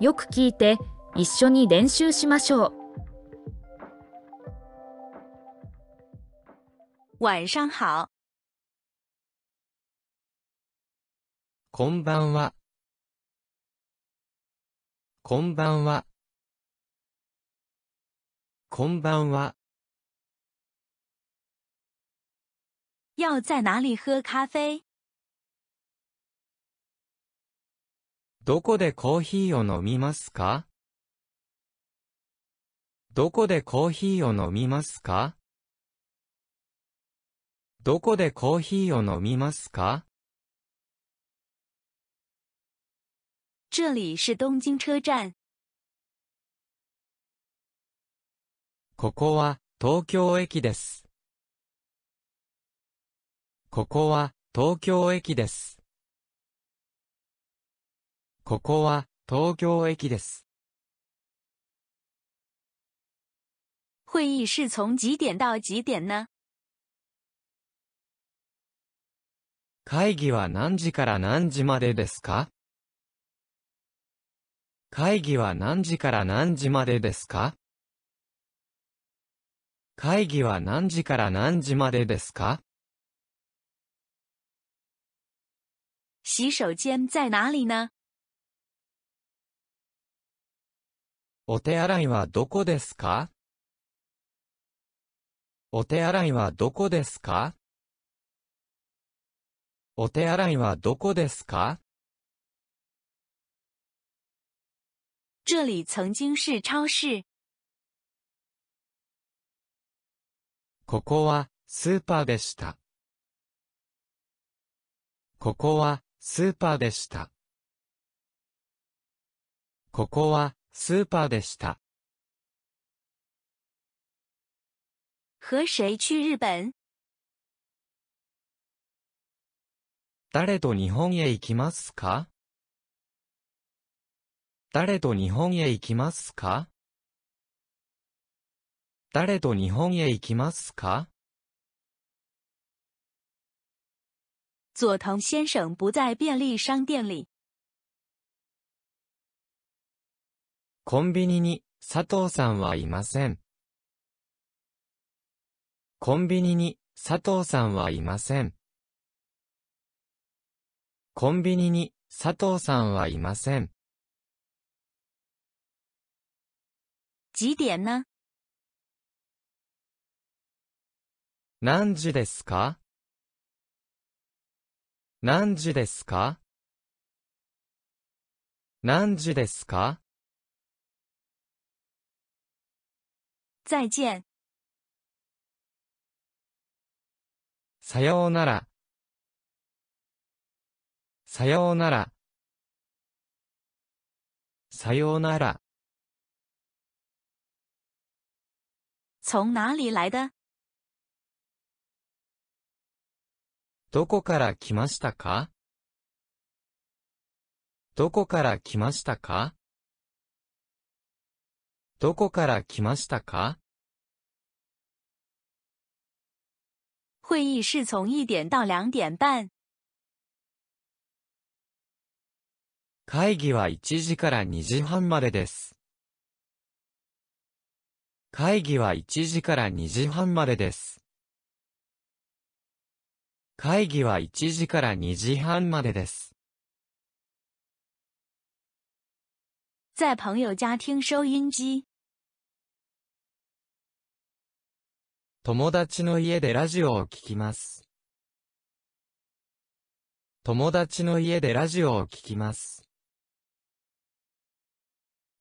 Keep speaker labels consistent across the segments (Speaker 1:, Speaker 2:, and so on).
Speaker 1: よく聞いて一緒に練習しましょう
Speaker 2: 晚上好，
Speaker 3: こんばんは。こんばんは。こんばんは。
Speaker 2: 要在哪里喝咖啡？
Speaker 3: どこでコーヒーを飲みますかどこでコーヒーを飲みますかどこでコーヒーを飲みますか
Speaker 2: 这里是东京车站，
Speaker 3: ここは東京駅です。ここは東京駅です。ここは東京駅です。
Speaker 2: 会议是从几点到几点呢？
Speaker 3: 会議は何時から何時までですか会議は何時から何時までですか会議は何時から何時までですか
Speaker 2: 洗手间在哪里呢？
Speaker 3: お手洗いはどこですかお手洗いはどこですかお手洗いはどこですか
Speaker 2: 这里曾经是超市，
Speaker 3: ここはスーパーでした。ここはスーパーでした。ここはスーパーでした。
Speaker 2: 和谁去日本？
Speaker 3: 誰と日本へ行きますか誰と日本へ行きますか誰と日本へ行きますか
Speaker 2: 佐藤先生不在便利商店里，
Speaker 3: コンビニに佐藤さんはいません。コンビニに佐藤さんはいません。コンビニに佐藤さんはいません。
Speaker 2: 几点呢？
Speaker 3: 何時ですか何時ですか何時ですか
Speaker 2: 再见。
Speaker 3: さようなら。さようなら。さようなら。
Speaker 2: 从哪里来的？
Speaker 3: どこから来ましたかどこから来ましたかどこから来ましたか
Speaker 2: 会议是从一点到两点半，
Speaker 3: 会議は1時から2時半までです。会議は1時から2時半までです。会議は1時から2時半までです。
Speaker 2: 在朋友家听收音机。
Speaker 3: 友達の家でラジオを聞きます。友達の家でラジオを聞きます。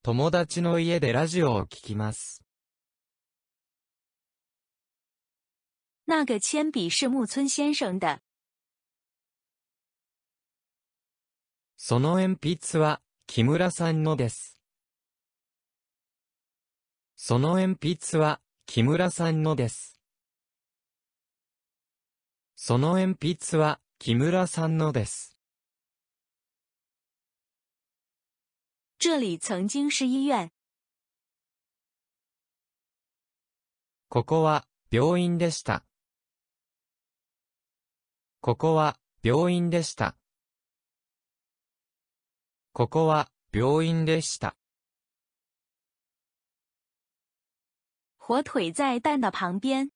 Speaker 3: 友達の家でラジオを聞きます。
Speaker 2: 那个铅笔是木村先生的。
Speaker 3: その鉛筆は、木村さんのです。その鉛筆は、木村さんのです。その鉛筆は、木村さんのです。
Speaker 2: 这里曾经是医院，
Speaker 3: ここは病院でした。ここは病院でした。ここは病院でした。
Speaker 2: 火腿在蛋的旁边，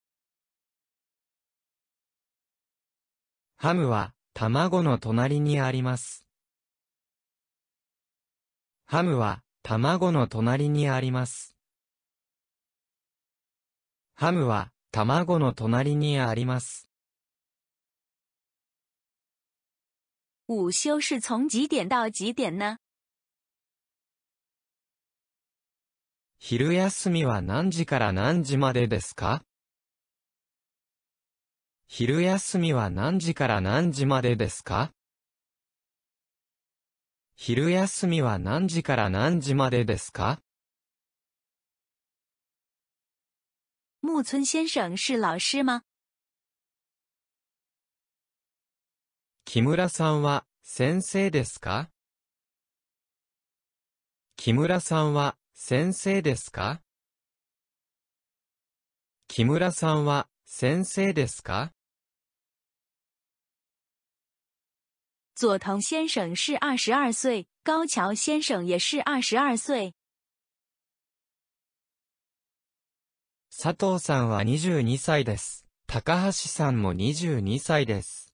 Speaker 3: ハムは卵の隣にあります。ハムは卵の隣にあります。ハムは卵の隣にあります。
Speaker 2: 午休是从几点到几点呢？
Speaker 3: 昼休みは何時から何時までですか昼休みは何時から何時までですか昼休みは何時から何時までですか
Speaker 2: 木村先生是老师吗？
Speaker 3: 木村さんは先生ですか木村さんは先生ですか木村さんは先生ですか
Speaker 2: 佐藤先生是二十二岁，高桥先生也是二十二岁。
Speaker 3: 佐藤さんは22歳です。高橋さんも22歳です。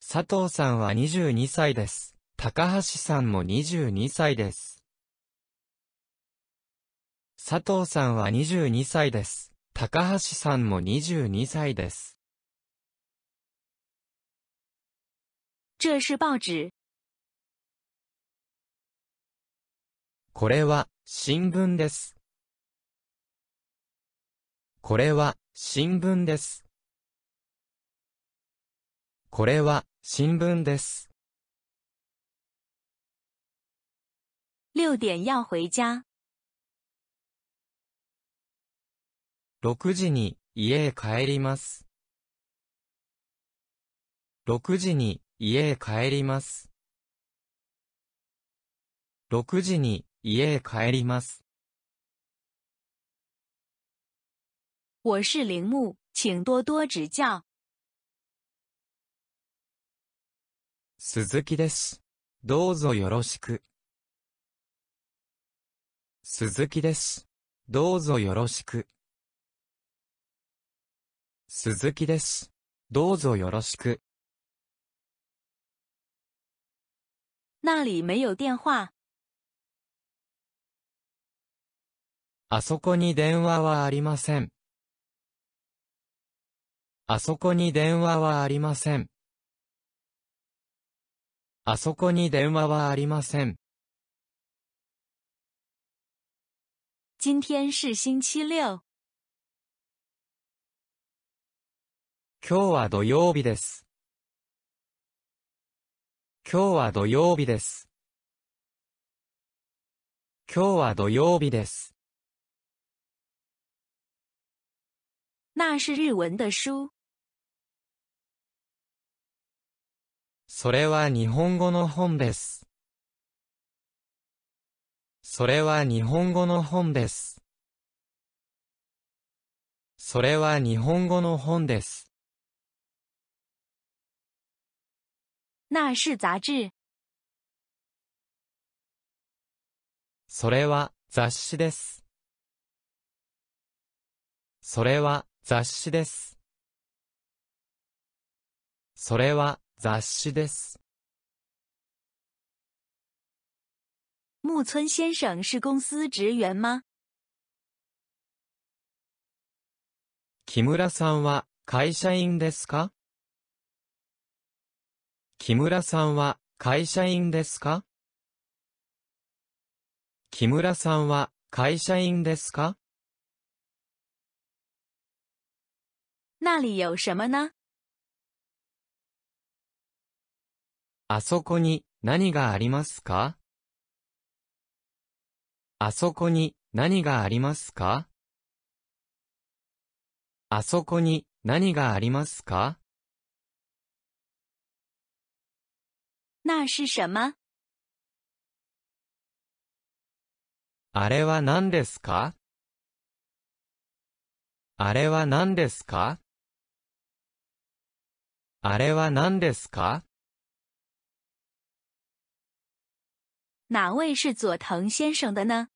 Speaker 3: 佐藤さんは22歳です。高橋さんも22歳です。佐藤さんは22歳です。高橋さんも22歳です。
Speaker 2: 这是报纸，
Speaker 3: これは新聞です。これは新聞です。これは新聞です。
Speaker 2: 六点要回家。
Speaker 3: 6時に家へ帰ります。6時に家へ帰ります。6時に家へ帰ります。
Speaker 2: 我是铃木，请多多指教。
Speaker 3: 鈴木です。どうぞよろしく。鈴木です。どうぞよろしく。鈴木です。どうぞよろしく。
Speaker 2: 那里没有电话，
Speaker 3: あそこに電話はありません。あそこに電話はありません。あそこに電話はありません。
Speaker 2: 今天是星期六，
Speaker 3: 今日は土曜日です。今日は土曜日です。今日は土曜日です。
Speaker 2: 那是日文的书。
Speaker 3: それは日本語の本です。それは日本語の本です。それは日本語の本です。
Speaker 2: 那是杂志，
Speaker 3: それは雑誌です。それは雑誌です。それは雑誌です。
Speaker 2: 木村先生是公司职员吗？
Speaker 3: 木村さんは会社員ですか木村さんは会社員ですか木村さんは会社員ですか
Speaker 2: 那里有什么呢？
Speaker 3: あそこに何がありますかあそこに何がありますかあそこに何がありますか
Speaker 2: 那是什么？
Speaker 3: あれは何ですかあれは何ですかあれは何ですか
Speaker 2: 哪位是佐藤先生的呢？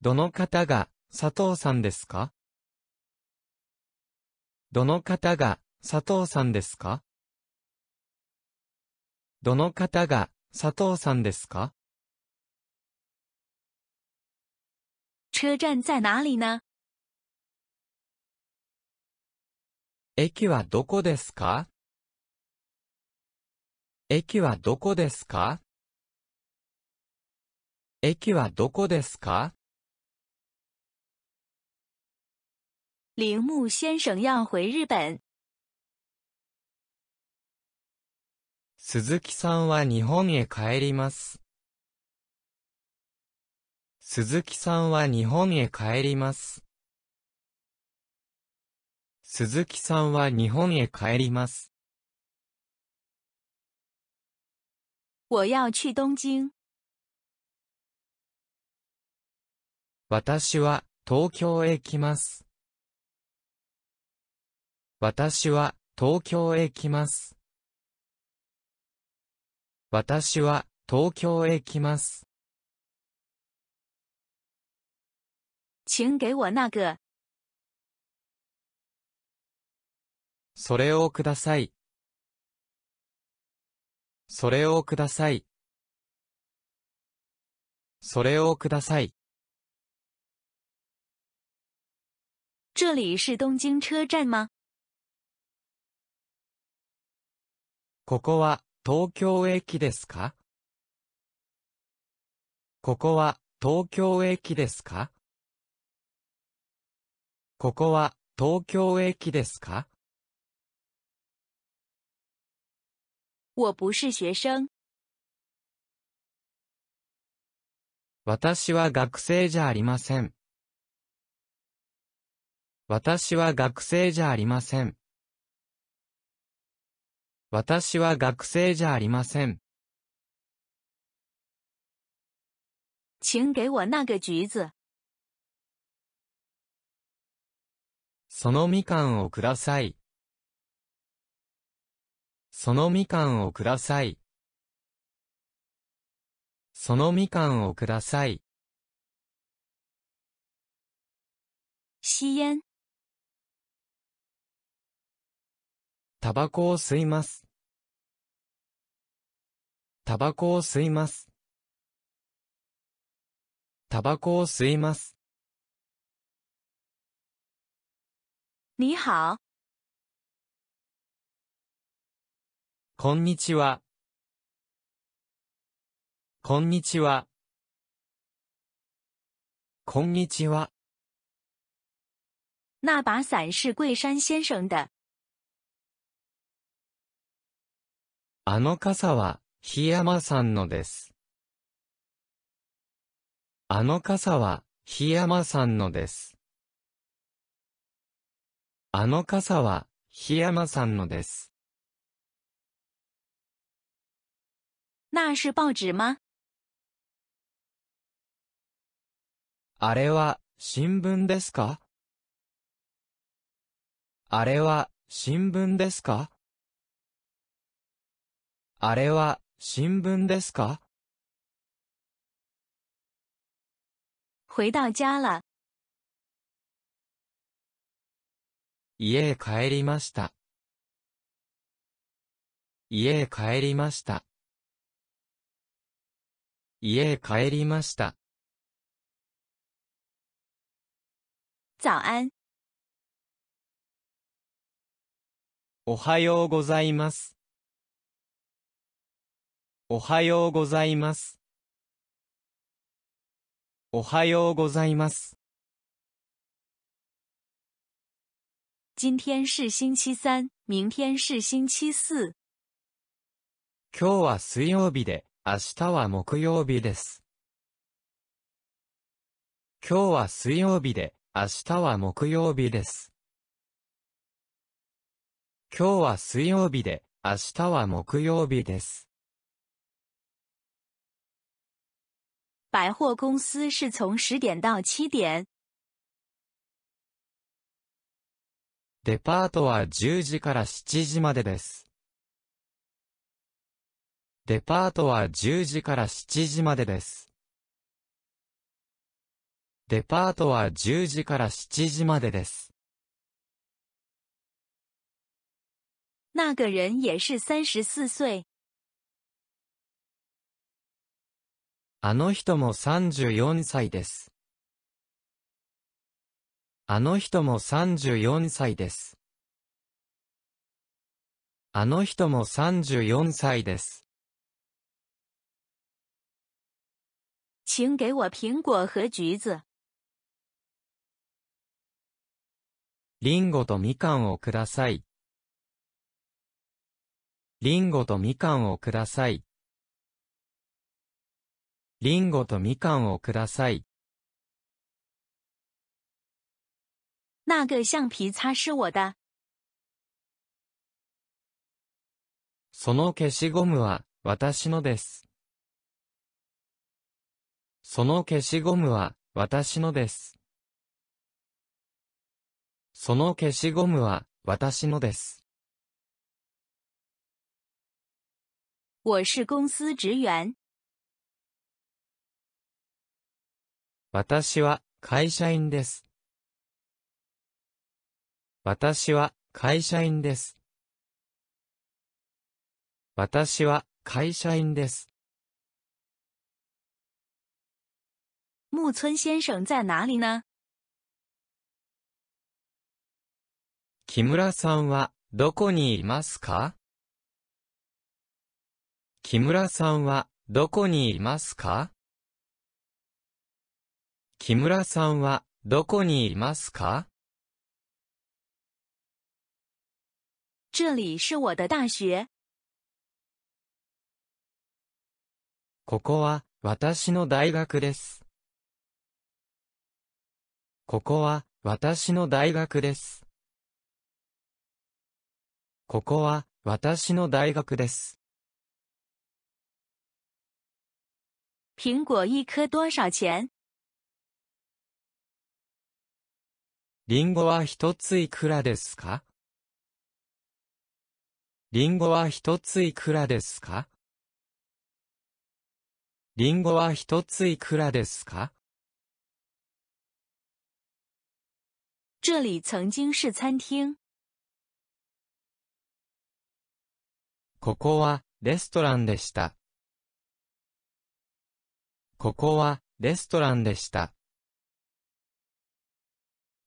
Speaker 3: どの方が佐藤さんですかどの方が佐藤さんですかどの方が佐藤さんですか
Speaker 2: 车站在哪里呢？
Speaker 3: 駅はどこですか駅はどこですか駅はどこですか
Speaker 2: 铃木先生要回日本，
Speaker 3: 鈴木さんは日本へ帰ります。鈴木さんは日本へ帰ります。鈴木さんは日本へ帰ります。
Speaker 2: 我要去东京。
Speaker 3: 私は東京へ来ます。私は東京へ来ます。私は東京へ来ます。
Speaker 2: 请给我那个。
Speaker 3: それをください。それをください。それをください。
Speaker 2: 这里是东京车站吗？
Speaker 3: ここは東京駅ですかここは東京駅ですかここは東京駅ですか
Speaker 2: 我不是学生，
Speaker 3: 私は学生じゃありません。私は学生じゃありません。私は学生じゃありません。
Speaker 2: 请给我那个橘子。
Speaker 3: そのみかんをください。そのみかんをください。そのみかんをください。
Speaker 2: 吸烟，
Speaker 3: タバコを吸います。タバコを吸います。タバコを吸います。
Speaker 2: 你好，
Speaker 3: こんにちは。こんにちは。こんにちは。
Speaker 2: 那把伞是桂山先生的。
Speaker 3: あの傘は、檜山さんのです。あの傘は、檜山さんのです。あの傘は、檜山さんのです。
Speaker 2: 那是报纸吗？
Speaker 3: あれは、新聞ですかあれは、新聞ですかあれは、新聞ですか
Speaker 2: 回到家了，
Speaker 3: 家へ帰りました。家へ帰りました。家へ帰りました。
Speaker 2: 早安。
Speaker 3: おはようございます。おはようございます。おはようございます。
Speaker 2: 今天是星期三，明天是星期四。
Speaker 3: 今日は水曜日で、明日は木曜日です。今日は水曜日で、明日は木曜日です。今日は水曜日で、明日は木曜日です。
Speaker 2: 百货公司是从十点到七点。
Speaker 3: デパートは10時から7時までです。デパートは10時から7時までです。デパートは10時から7時までです。
Speaker 2: 那个人也是三十四岁，
Speaker 3: あの人も34歳です。あの人も34歳です。あの人も34歳です。
Speaker 2: 请给我苹果和橘子。
Speaker 3: リンゴとみかんをください。リンゴとみかんをください。リンゴとみかんをください。
Speaker 2: 那个橡皮擦是我的，
Speaker 3: その消しゴムは、私のです。その消しゴムは、私のです。その消しゴムは、私のです。
Speaker 2: 我是公司职员。
Speaker 3: 私は、会社員です。私は、会社員です。私は、会社員です。
Speaker 2: 木村先生在哪里呢？
Speaker 3: 木村さんは、どこにいますか木村さんは、どこにいますか木村さんは、どこにいますか
Speaker 2: 这里是我的大学。
Speaker 3: ここは、私の大学です。ここは、私の大学です。ここは、私の大学です。
Speaker 2: 苹果一颗多少钱？
Speaker 3: リンゴは一ついくらですかリンゴは一ついくらですかリンゴは一ついくらですか
Speaker 2: 这里曾经是餐厅。
Speaker 3: ここはレストランでした。ここはレストランでした。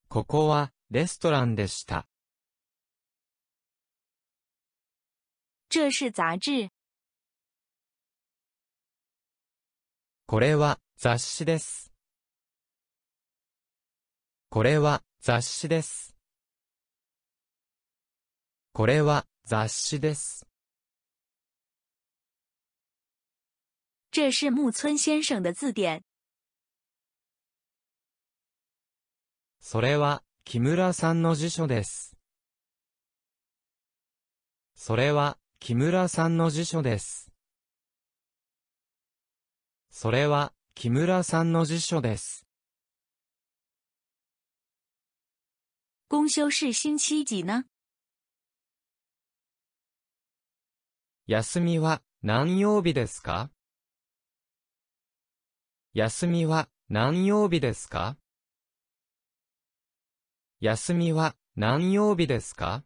Speaker 3: ここはレストランでした。
Speaker 2: 这是杂志。
Speaker 3: これは雑誌です。これは雑誌です。これは雑誌です。
Speaker 2: 这是木村先生的字典。
Speaker 3: それは木村さんの辞書です。それは木村さんの辞書です。それは木村さんの辞書です。
Speaker 2: 公休是星期几呢？
Speaker 3: 休みは何曜日ですか休みは何曜日ですか休みは何曜日ですか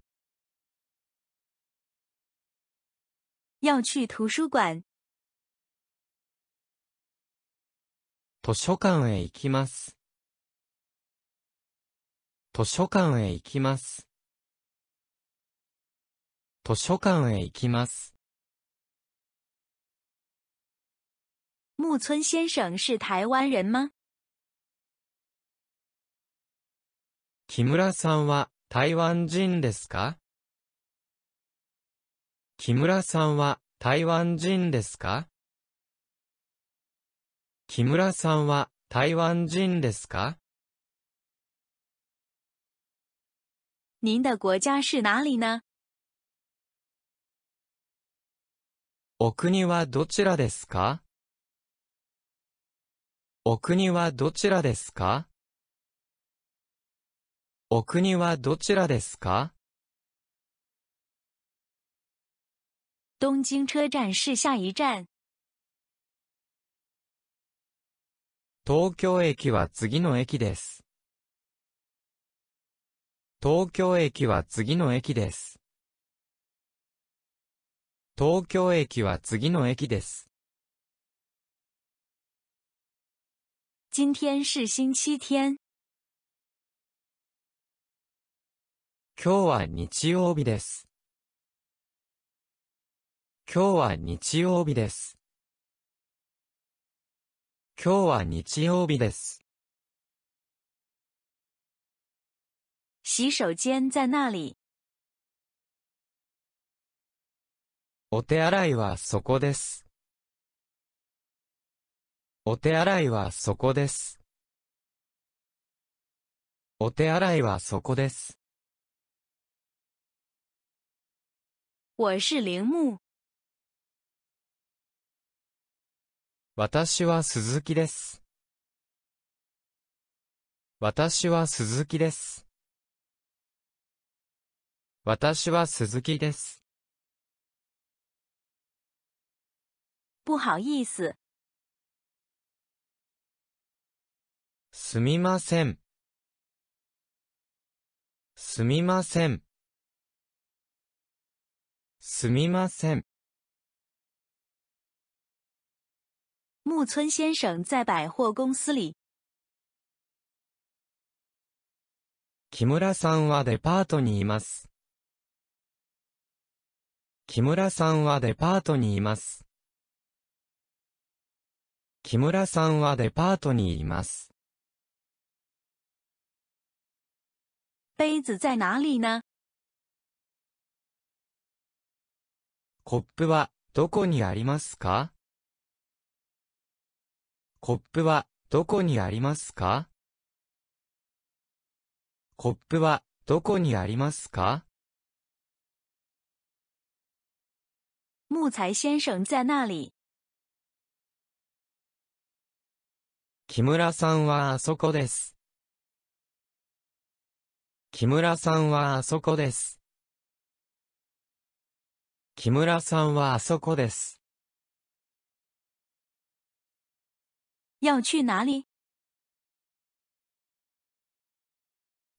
Speaker 2: 要去图书馆。
Speaker 3: 図書館へ行きます。図書館へ行きます。図書館へ行きます。
Speaker 2: 木村先生是台湾人吗？
Speaker 3: 木村さんは台湾人ですか木村さんは台湾人ですか木村さんは台湾人ですか
Speaker 2: 您的国家是哪里呢？
Speaker 3: お国はどちらですかお国はどちらですかお国はどちらですか
Speaker 2: 东京车站是下一站。
Speaker 3: 東京駅は次の駅です。東京駅は次の駅です。東京駅は次の駅です。
Speaker 2: 今天是星期天，
Speaker 3: 今日は日曜日です。今日は日曜日です。今日は日曜日です。
Speaker 2: 洗手间在那里。
Speaker 3: お手洗いはそこです。お手洗いはそこです。お手洗いはそこです。
Speaker 2: 我是铃木，
Speaker 3: 私は鈴木です。私は鈴木です。私は鈴木です。
Speaker 2: 不好意思，
Speaker 3: すみません。すみません。すみません。
Speaker 2: 木村先生在百货公司里。
Speaker 3: 木村さんはデパートにいます。木村さんはデパートにいます。木村さんはデパートにいます。
Speaker 2: 杯子在哪里呢？
Speaker 3: コップはどこにありますかコップはどこにありますかコップはどこにありますか
Speaker 2: 木材先生在那里。
Speaker 3: 木村さんはあそこです。木村さんはあそこです。木村さんはあそこです。
Speaker 2: 要去哪里？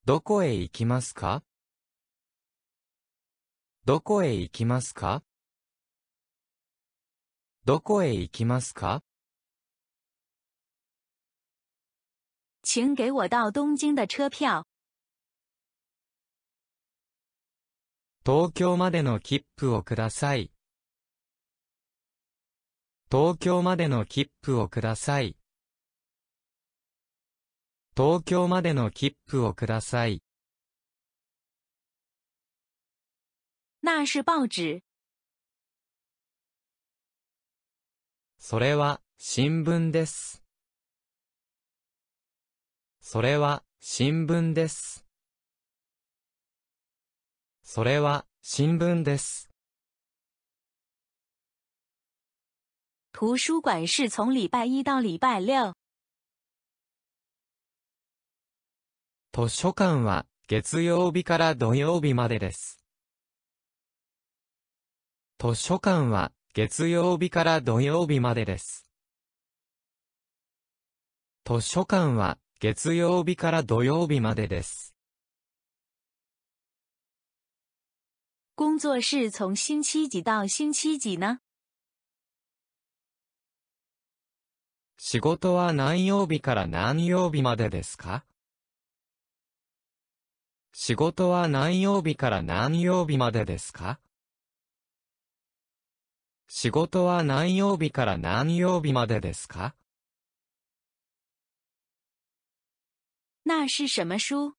Speaker 3: どこへ行きますかどこへ行きますかどこへ行きますか
Speaker 2: 请给我到东京的车票。
Speaker 3: 東京までの切符をください。東京までの切符をください。東京までの切符をください。
Speaker 2: 那是报纸。
Speaker 3: それは、新聞です。それは、新聞です。それは、新聞です。
Speaker 2: 图书馆是从礼拜一到礼拜六。
Speaker 3: 図書館は、月曜日から土曜日までです。図書館は、月曜日から土曜日までです。図書館は、月曜日から土曜日までです。
Speaker 2: 工作室从星期几到星期几呢？
Speaker 3: 仕事は何曜日から何曜日までですか仕事は何曜日から何曜日までですか仕事は何曜日から何曜日までですか
Speaker 2: 那是什么书？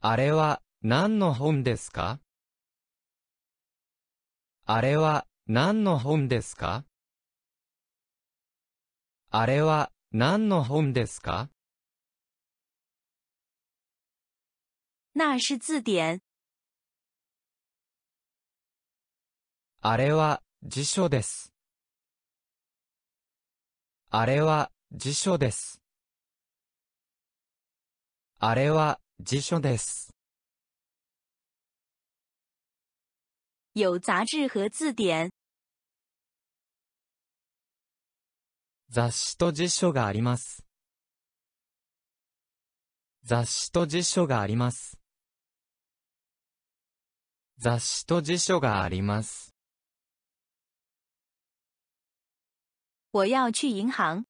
Speaker 3: あれは何の本ですかあれは何の本ですかあれは何の本ですか
Speaker 2: 那是字典。
Speaker 3: あれは辞書です。あれは辞書です。あれは辞書です。
Speaker 2: 有杂志和字典、
Speaker 3: 雑誌と辞書があります。雑誌と辞書があります。雑誌と辞書があります。
Speaker 2: 我要去银行。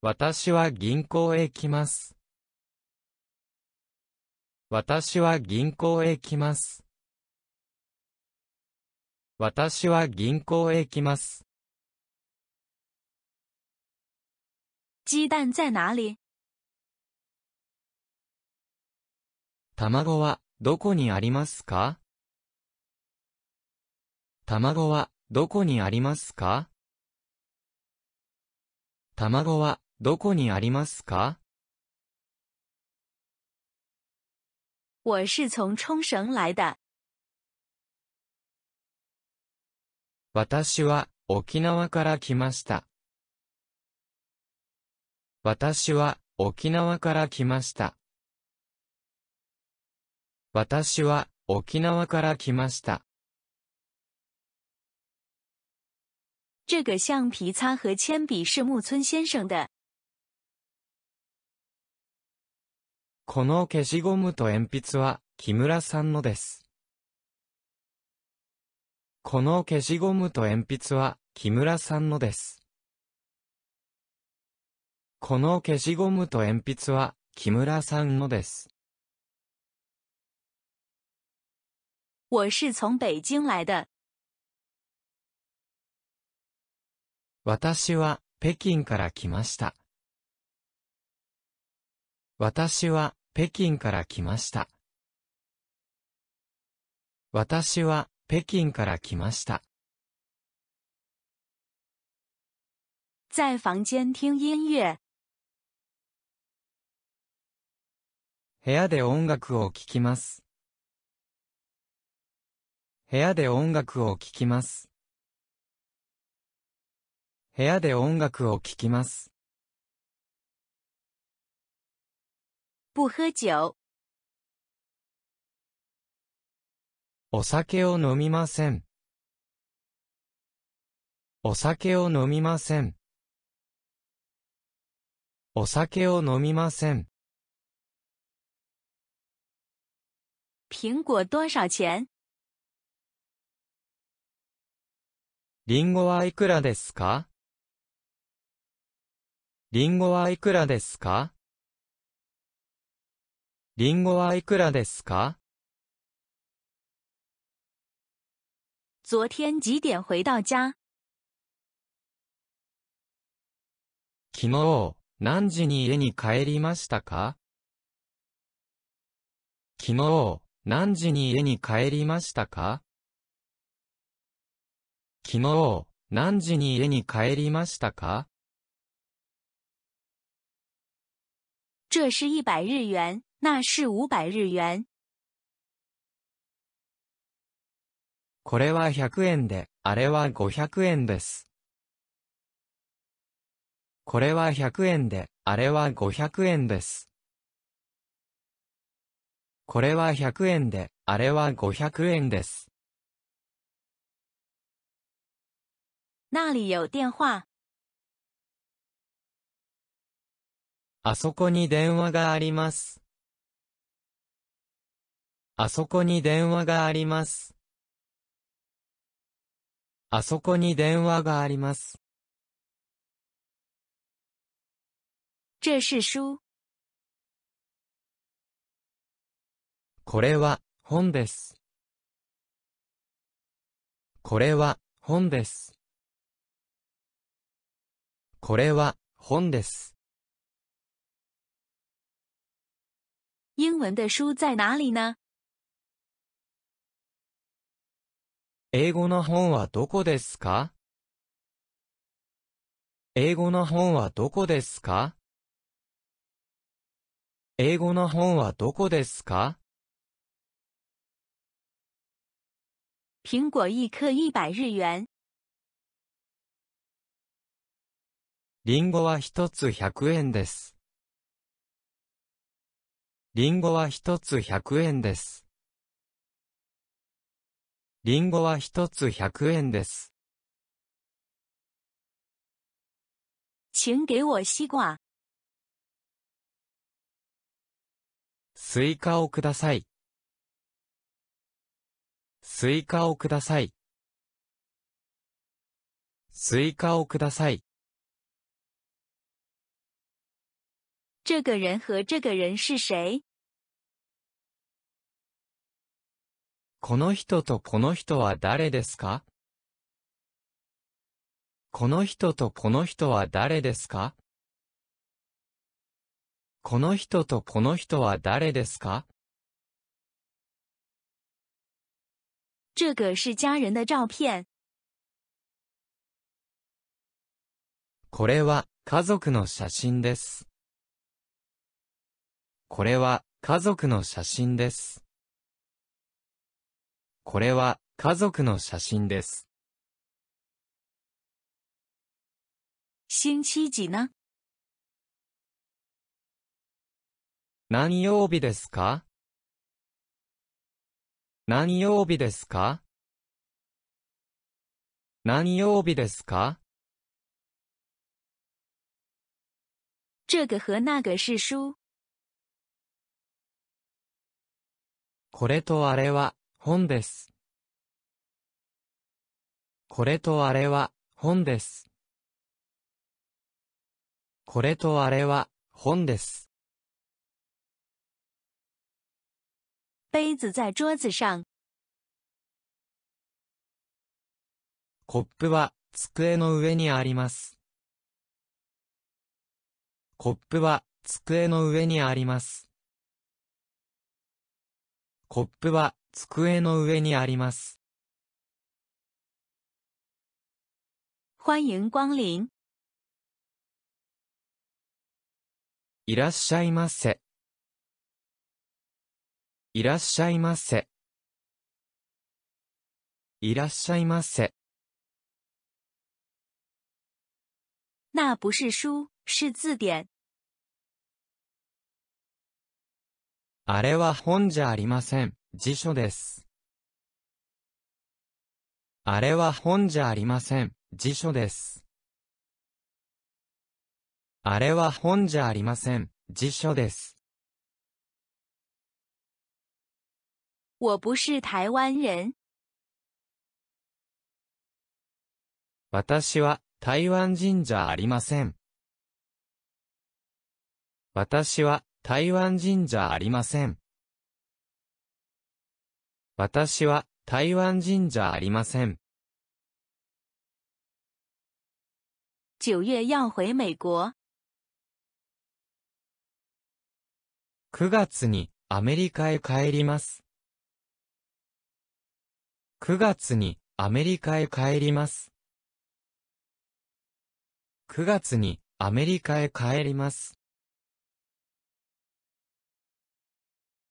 Speaker 3: 私は銀行へ行きます。私は銀行へ行きます。私は銀行へ行きます。
Speaker 2: 鸡蛋在哪里？
Speaker 3: 卵はどこにありますか卵はどこにありますか卵はどこにありますか
Speaker 2: 我是从冲绳来的。
Speaker 3: 私は沖縄から来ました。私は沖縄から来ました。私は沖縄から来ました。
Speaker 2: 这个橡皮擦和铅笔是木村先生的。
Speaker 3: この消しゴムと鉛筆は木村さんのです。この消しゴムと鉛筆は木村さんのです。この消しゴムと鉛筆は木村さんのです。
Speaker 2: 我是从北京来的。
Speaker 3: 私は北京から来ました。私は北京から来ました。私は北京から来ました。
Speaker 2: 在房间听音乐，
Speaker 3: 部屋で音楽を聴きます。部屋で音楽を聴きます。部屋で音楽を聴きます。
Speaker 2: 不喝酒。
Speaker 3: お酒を飲みません。お酒を飲みません。お酒を飲みません。
Speaker 2: 苹果多少钱？
Speaker 3: リンゴはいくらですかリンゴはいくらですかリンゴはいくらですか
Speaker 2: 昨天几点回到家？
Speaker 3: 昨日、何時に家に帰りましたか昨日、何時に家に帰りましたか昨日、何時に家に帰りましたか
Speaker 2: 这是一百日元，那是五百日元。
Speaker 3: これは100円で、あれは500円です。これは100円で、あれは500円です。これは100円で、あれは500円です。
Speaker 2: 那里有电话。
Speaker 3: あそこに電話があります。あそこに電話があります。あそこに電話があります。
Speaker 2: 这是书。
Speaker 3: これは本です。これは本です。これは本です。
Speaker 2: 英文的书在哪里呢？
Speaker 3: 英語の本はどこですか英語の本はどこですか英語の本はどこですか
Speaker 2: 苹果一颗一百日元。
Speaker 3: リンゴは一つ100円です。リンゴは一つ100円です。リンゴは一つ100円です。
Speaker 2: 请给我西瓜。
Speaker 3: スイカをください。スイカをください。スイカをください。
Speaker 2: 这个人和这个人是谁？
Speaker 3: この人とこの人は誰ですかこの人とこの人は誰ですかこの人とこの人は誰ですか
Speaker 2: 这个是家人的照片。
Speaker 3: これは家族の写真です。これは家族の写真です。これは家族の写真です。
Speaker 2: 星期几呢？
Speaker 3: 何曜日ですか何曜日ですか何曜日ですか
Speaker 2: 这个和那个是书。
Speaker 3: これとあれは本です。これとあれは本です。これとあれは本です。
Speaker 2: 杯子在桌子上。
Speaker 3: コップは机の上にあります。コップは机の上にあります。コップは机の上にあります。
Speaker 2: 欢迎光临。
Speaker 3: いらっしゃいませ。いらっしゃいませ。いらっしゃいませ。
Speaker 2: 那不是书，是字典。
Speaker 3: あれは本じゃありません。辞書です。あれは本じゃありません。辞書です。あれは本じゃありません。辞書です。
Speaker 2: 我不是台湾人。
Speaker 3: 私は台湾人じゃありません。私は台湾人じゃありません。私は台湾人じゃありません。
Speaker 2: 九月要回美国。
Speaker 3: 9月にアメリカへ帰ります。9月にアメリカへ帰ります。9月にアメリカへ帰ります。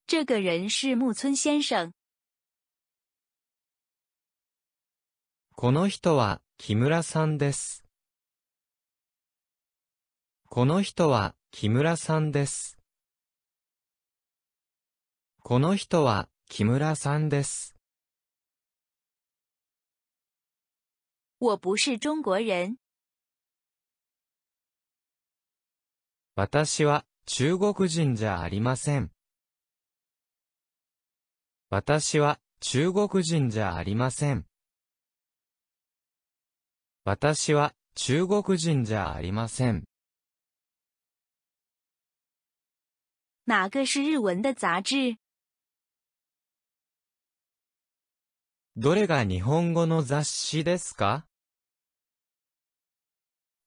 Speaker 2: 这个人是木村先生。
Speaker 3: この人は木村さんです。この人は木村さんです。この人は木村さんです。
Speaker 2: 我不是中国人。
Speaker 3: 私は中国人じゃありません。私は中国人じゃありません。私は中国人じゃありません。
Speaker 2: 哪个是日文的杂志？
Speaker 3: どれが日本語の雑誌ですか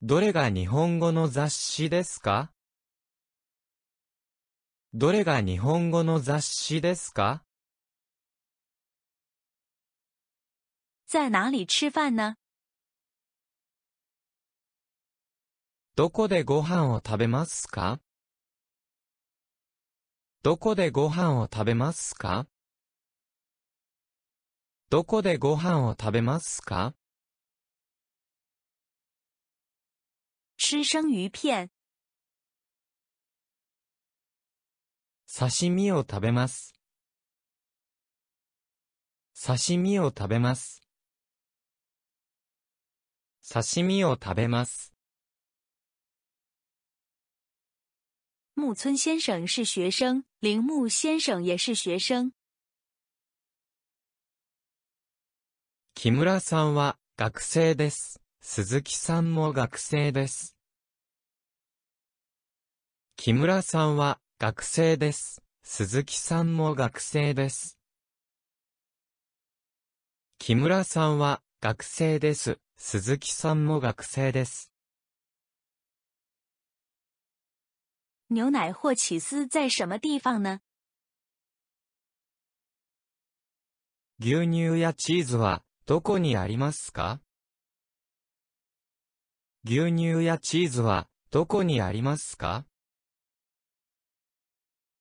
Speaker 3: どれが日本語の雑誌ですかどれが日本語の雑誌ですか
Speaker 2: 在哪里吃饭呢？
Speaker 3: どこでご飯を食べますかどこでご飯を食べますかどこでご飯を食べますか
Speaker 2: 吃生鱼片。
Speaker 3: 刺身を食べます。刺身を食べます。刺身を食べます。
Speaker 2: 木村先生是学生，铃木先生也是学生。
Speaker 3: 木村さんは学生です。鈴木さんも学生です。木村さんは学生です。鈴木さんも学生です。木村さんは学生です。鈴木さんも学生です。
Speaker 2: 牛奶或起司在什么地方呢？
Speaker 3: 牛乳やチーズはどこにありますか牛乳やチーズはどこにありますか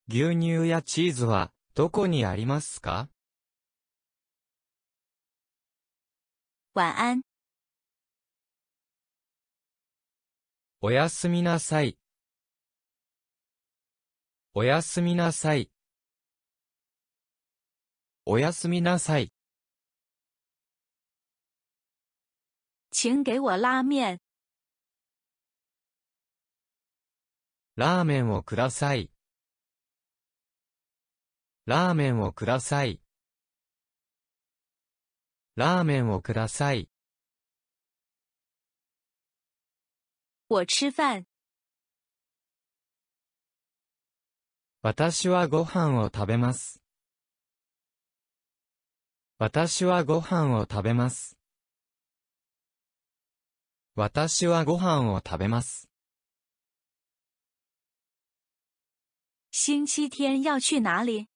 Speaker 3: 牛乳やチーズはどこにありますか
Speaker 2: 晚安。
Speaker 3: おやすみなさい。おやすみなさい。おやすみなさい。
Speaker 2: 请给我拉面。
Speaker 3: ラーメンをください。ラーメンをください。ラーメンをください。
Speaker 2: 我吃饭。
Speaker 3: 私はご飯を食べます。私はご飯を食べます。私はご飯を食べます。
Speaker 2: 星期天要去哪里？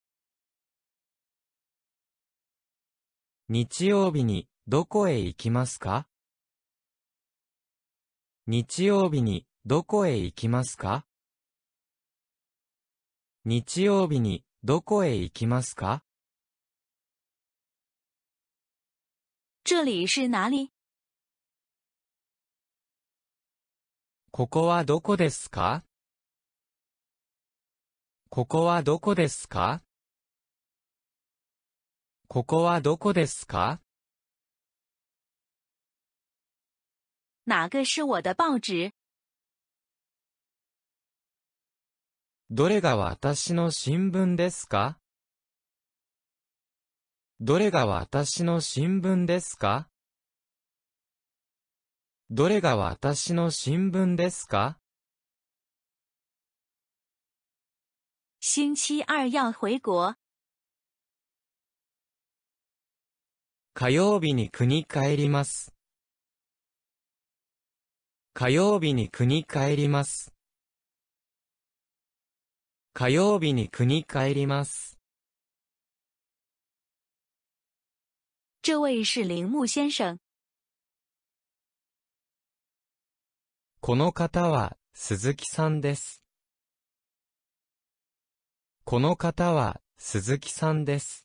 Speaker 3: 日曜日にどこへ行きますか日曜日にどこへ行きますか日曜日にどこへ行きますか
Speaker 2: 这里是哪里？
Speaker 3: ここはどこですかここはどこですかここはどこですか
Speaker 2: 哪个是我的报纸？
Speaker 3: どれが私の新聞ですかどれが私の新聞ですかどれが私の新聞ですか
Speaker 2: 星期二要回国。
Speaker 3: 火曜日に国帰ります。火曜日に国帰ります。火曜日に国帰ります。
Speaker 2: 这位是铃木先生。
Speaker 3: この方は鈴木さんです。この方は鈴木さんです。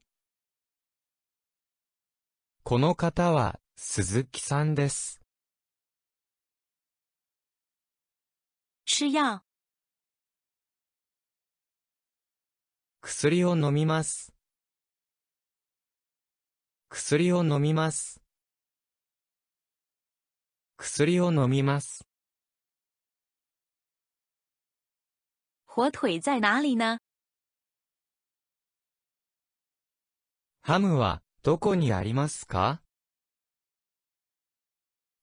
Speaker 3: この方は鈴木さんです。
Speaker 2: 吃药。
Speaker 3: 薬を飲みます。薬を飲みます。薬を飲みます。
Speaker 2: 火腿在哪里呢？
Speaker 3: ハムはどこにありますか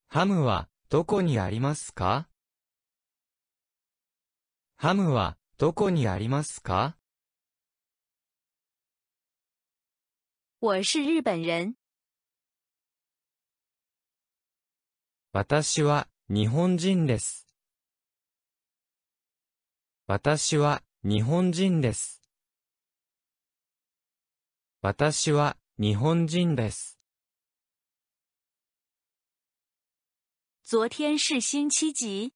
Speaker 3: ハムはどこにありますかハムはどこにありますか
Speaker 2: 我是日本人。
Speaker 3: 私は日本人です。私は日本人です。私は日本人です。
Speaker 2: 昨天是星期几？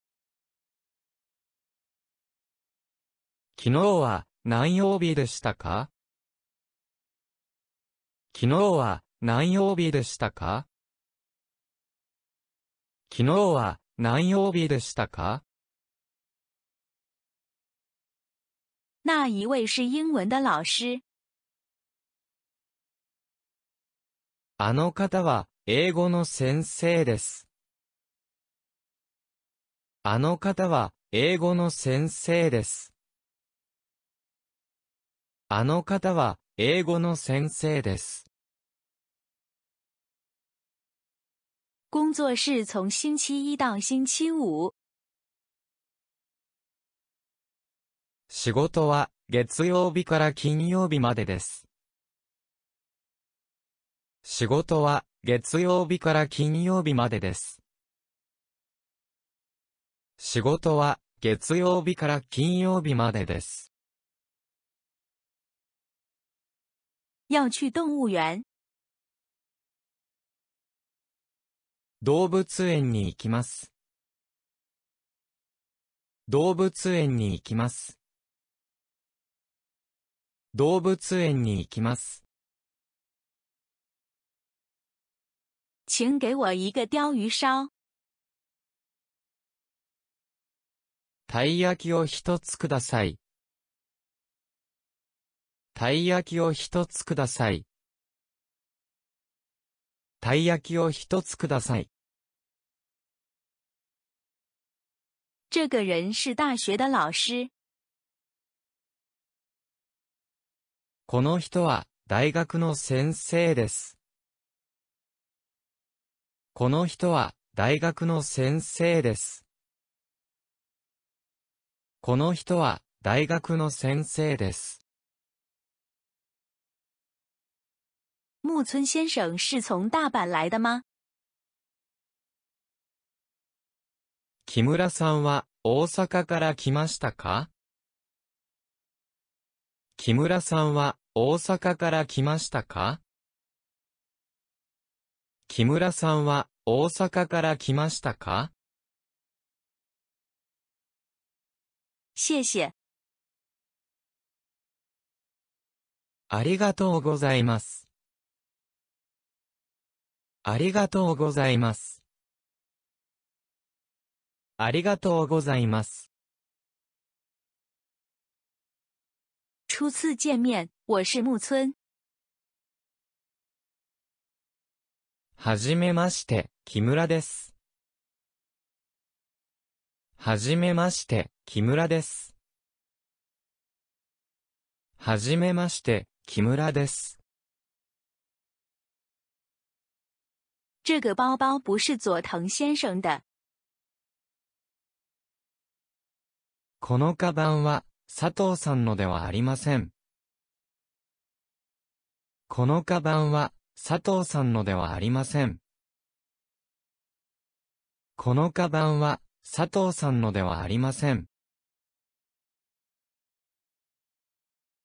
Speaker 3: 昨日は何曜日でしたか昨日は何曜日でしたか昨日は何曜日でしたか
Speaker 2: 那一位是英文的老师。
Speaker 3: あの方は、英語の先生です。あの方は、英語の先生です。あの方は、英語の先生です。
Speaker 2: 工作室从星期一到星期五，
Speaker 3: 仕事は、月曜日から金曜日までです。仕事は、月曜日から金曜日までです。仕事は、月曜日から金曜日までです。
Speaker 2: 要去动物园。
Speaker 3: 動物園に行きます。動物園に行きます。動物園に行きます。
Speaker 2: 请给我一个鲷鱼烧。
Speaker 3: たい焼きを一つください。たい焼きを一つください。たい焼きを一つください。
Speaker 2: 这个人是大学的老师。
Speaker 3: この人は大学の先生です。この人は大学の先生です。この人は大学の先生です。
Speaker 2: 木村先生是从大阪来的吗？
Speaker 3: 木村さんは大阪から来ましたか木村さんは大阪から来ましたか木村さんは大阪から来ましたか
Speaker 2: 谢谢。
Speaker 3: ありがとうございます。ありがとうございます。ありがとうございます。
Speaker 2: 初次见面，我是木村。
Speaker 3: はじめまして、木村です。はじめまして、木村です。はじめまして、木村です。
Speaker 2: 这个包包不是佐藤先生的。
Speaker 3: このカバンは、佐藤さんのではありません。このカバンは、佐藤さんのではありません。このカバンは、佐藤さんのではありません。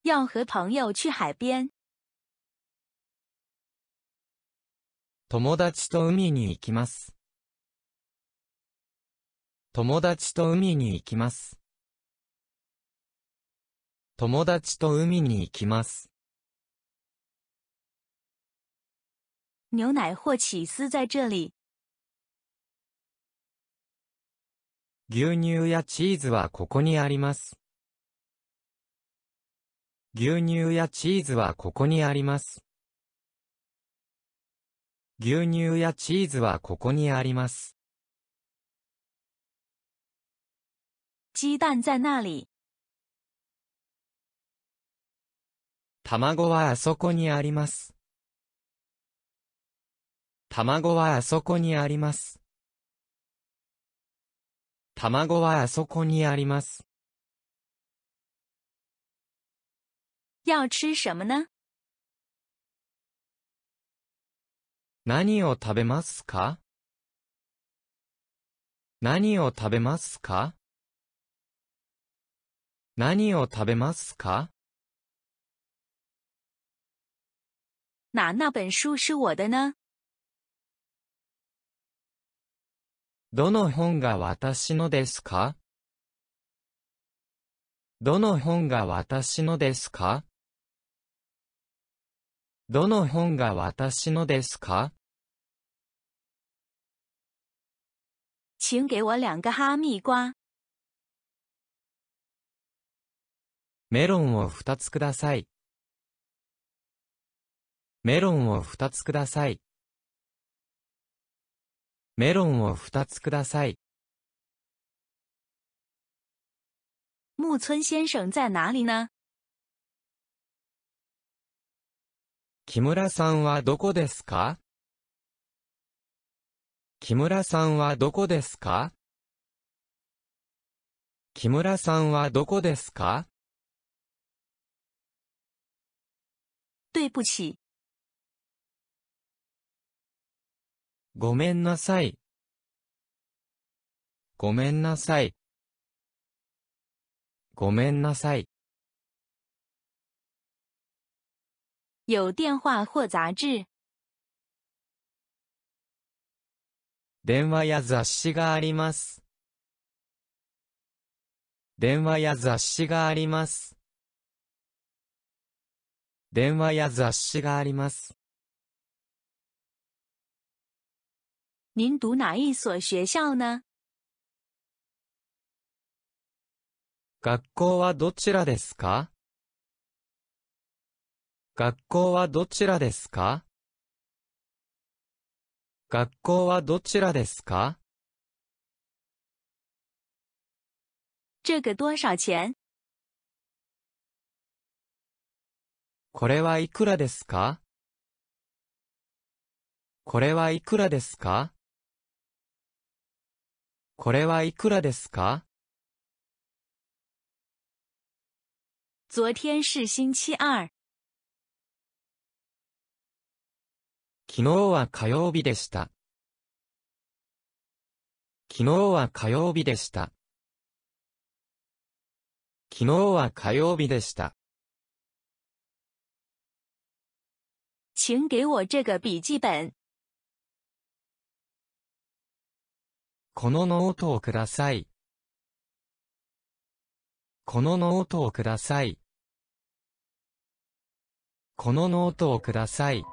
Speaker 2: 要和朋友去海边。
Speaker 3: 友達と海に行きます。友達と海に行きます。友達と海に行きます。
Speaker 2: 牛奶或起司在这里。
Speaker 3: 牛乳やチーズはここにあります。牛乳やチーズはここにあります。牛乳やチーズはここにあります。
Speaker 2: 鸡蛋在那里。
Speaker 3: 卵はあそこにあります。卵はあそこにあります。卵はあそこにあります。
Speaker 2: 要吃什么呢？
Speaker 3: 何を食べますか何を食べますか何を食べますか
Speaker 2: 哪那本书是我的呢？
Speaker 3: どの本が私のですかどの本が私のですかどの本が私のですか
Speaker 2: 请给我两个哈密瓜。
Speaker 3: メロンを二つください。メロンを2つください。メロンを2つください。
Speaker 2: 木村先生在哪里呢？
Speaker 3: 木村さんはどこですか木村さんはどこですか木村さんはどこですか
Speaker 2: 对不起，
Speaker 3: ごめんなさい。ごめんなさい。ごめんなさい。
Speaker 2: 有电话或杂志。
Speaker 3: 電話や雑誌があります。電話や雑誌があります。電話や雑誌があります。
Speaker 2: 您读哪一所学校呢？
Speaker 3: 学校はどちらですか学校はどちらですか学校はどちらですか
Speaker 2: 这个多少钱？
Speaker 3: これはいくらですかこれはいくらですかこれはいくらですか
Speaker 2: 昨天是星期二，
Speaker 3: 昨日は火曜日でした。昨日は火曜日でした。昨日は火曜日でした。
Speaker 2: 请给我这个笔记本。
Speaker 3: このノートをください。このノートをください。このノートをください。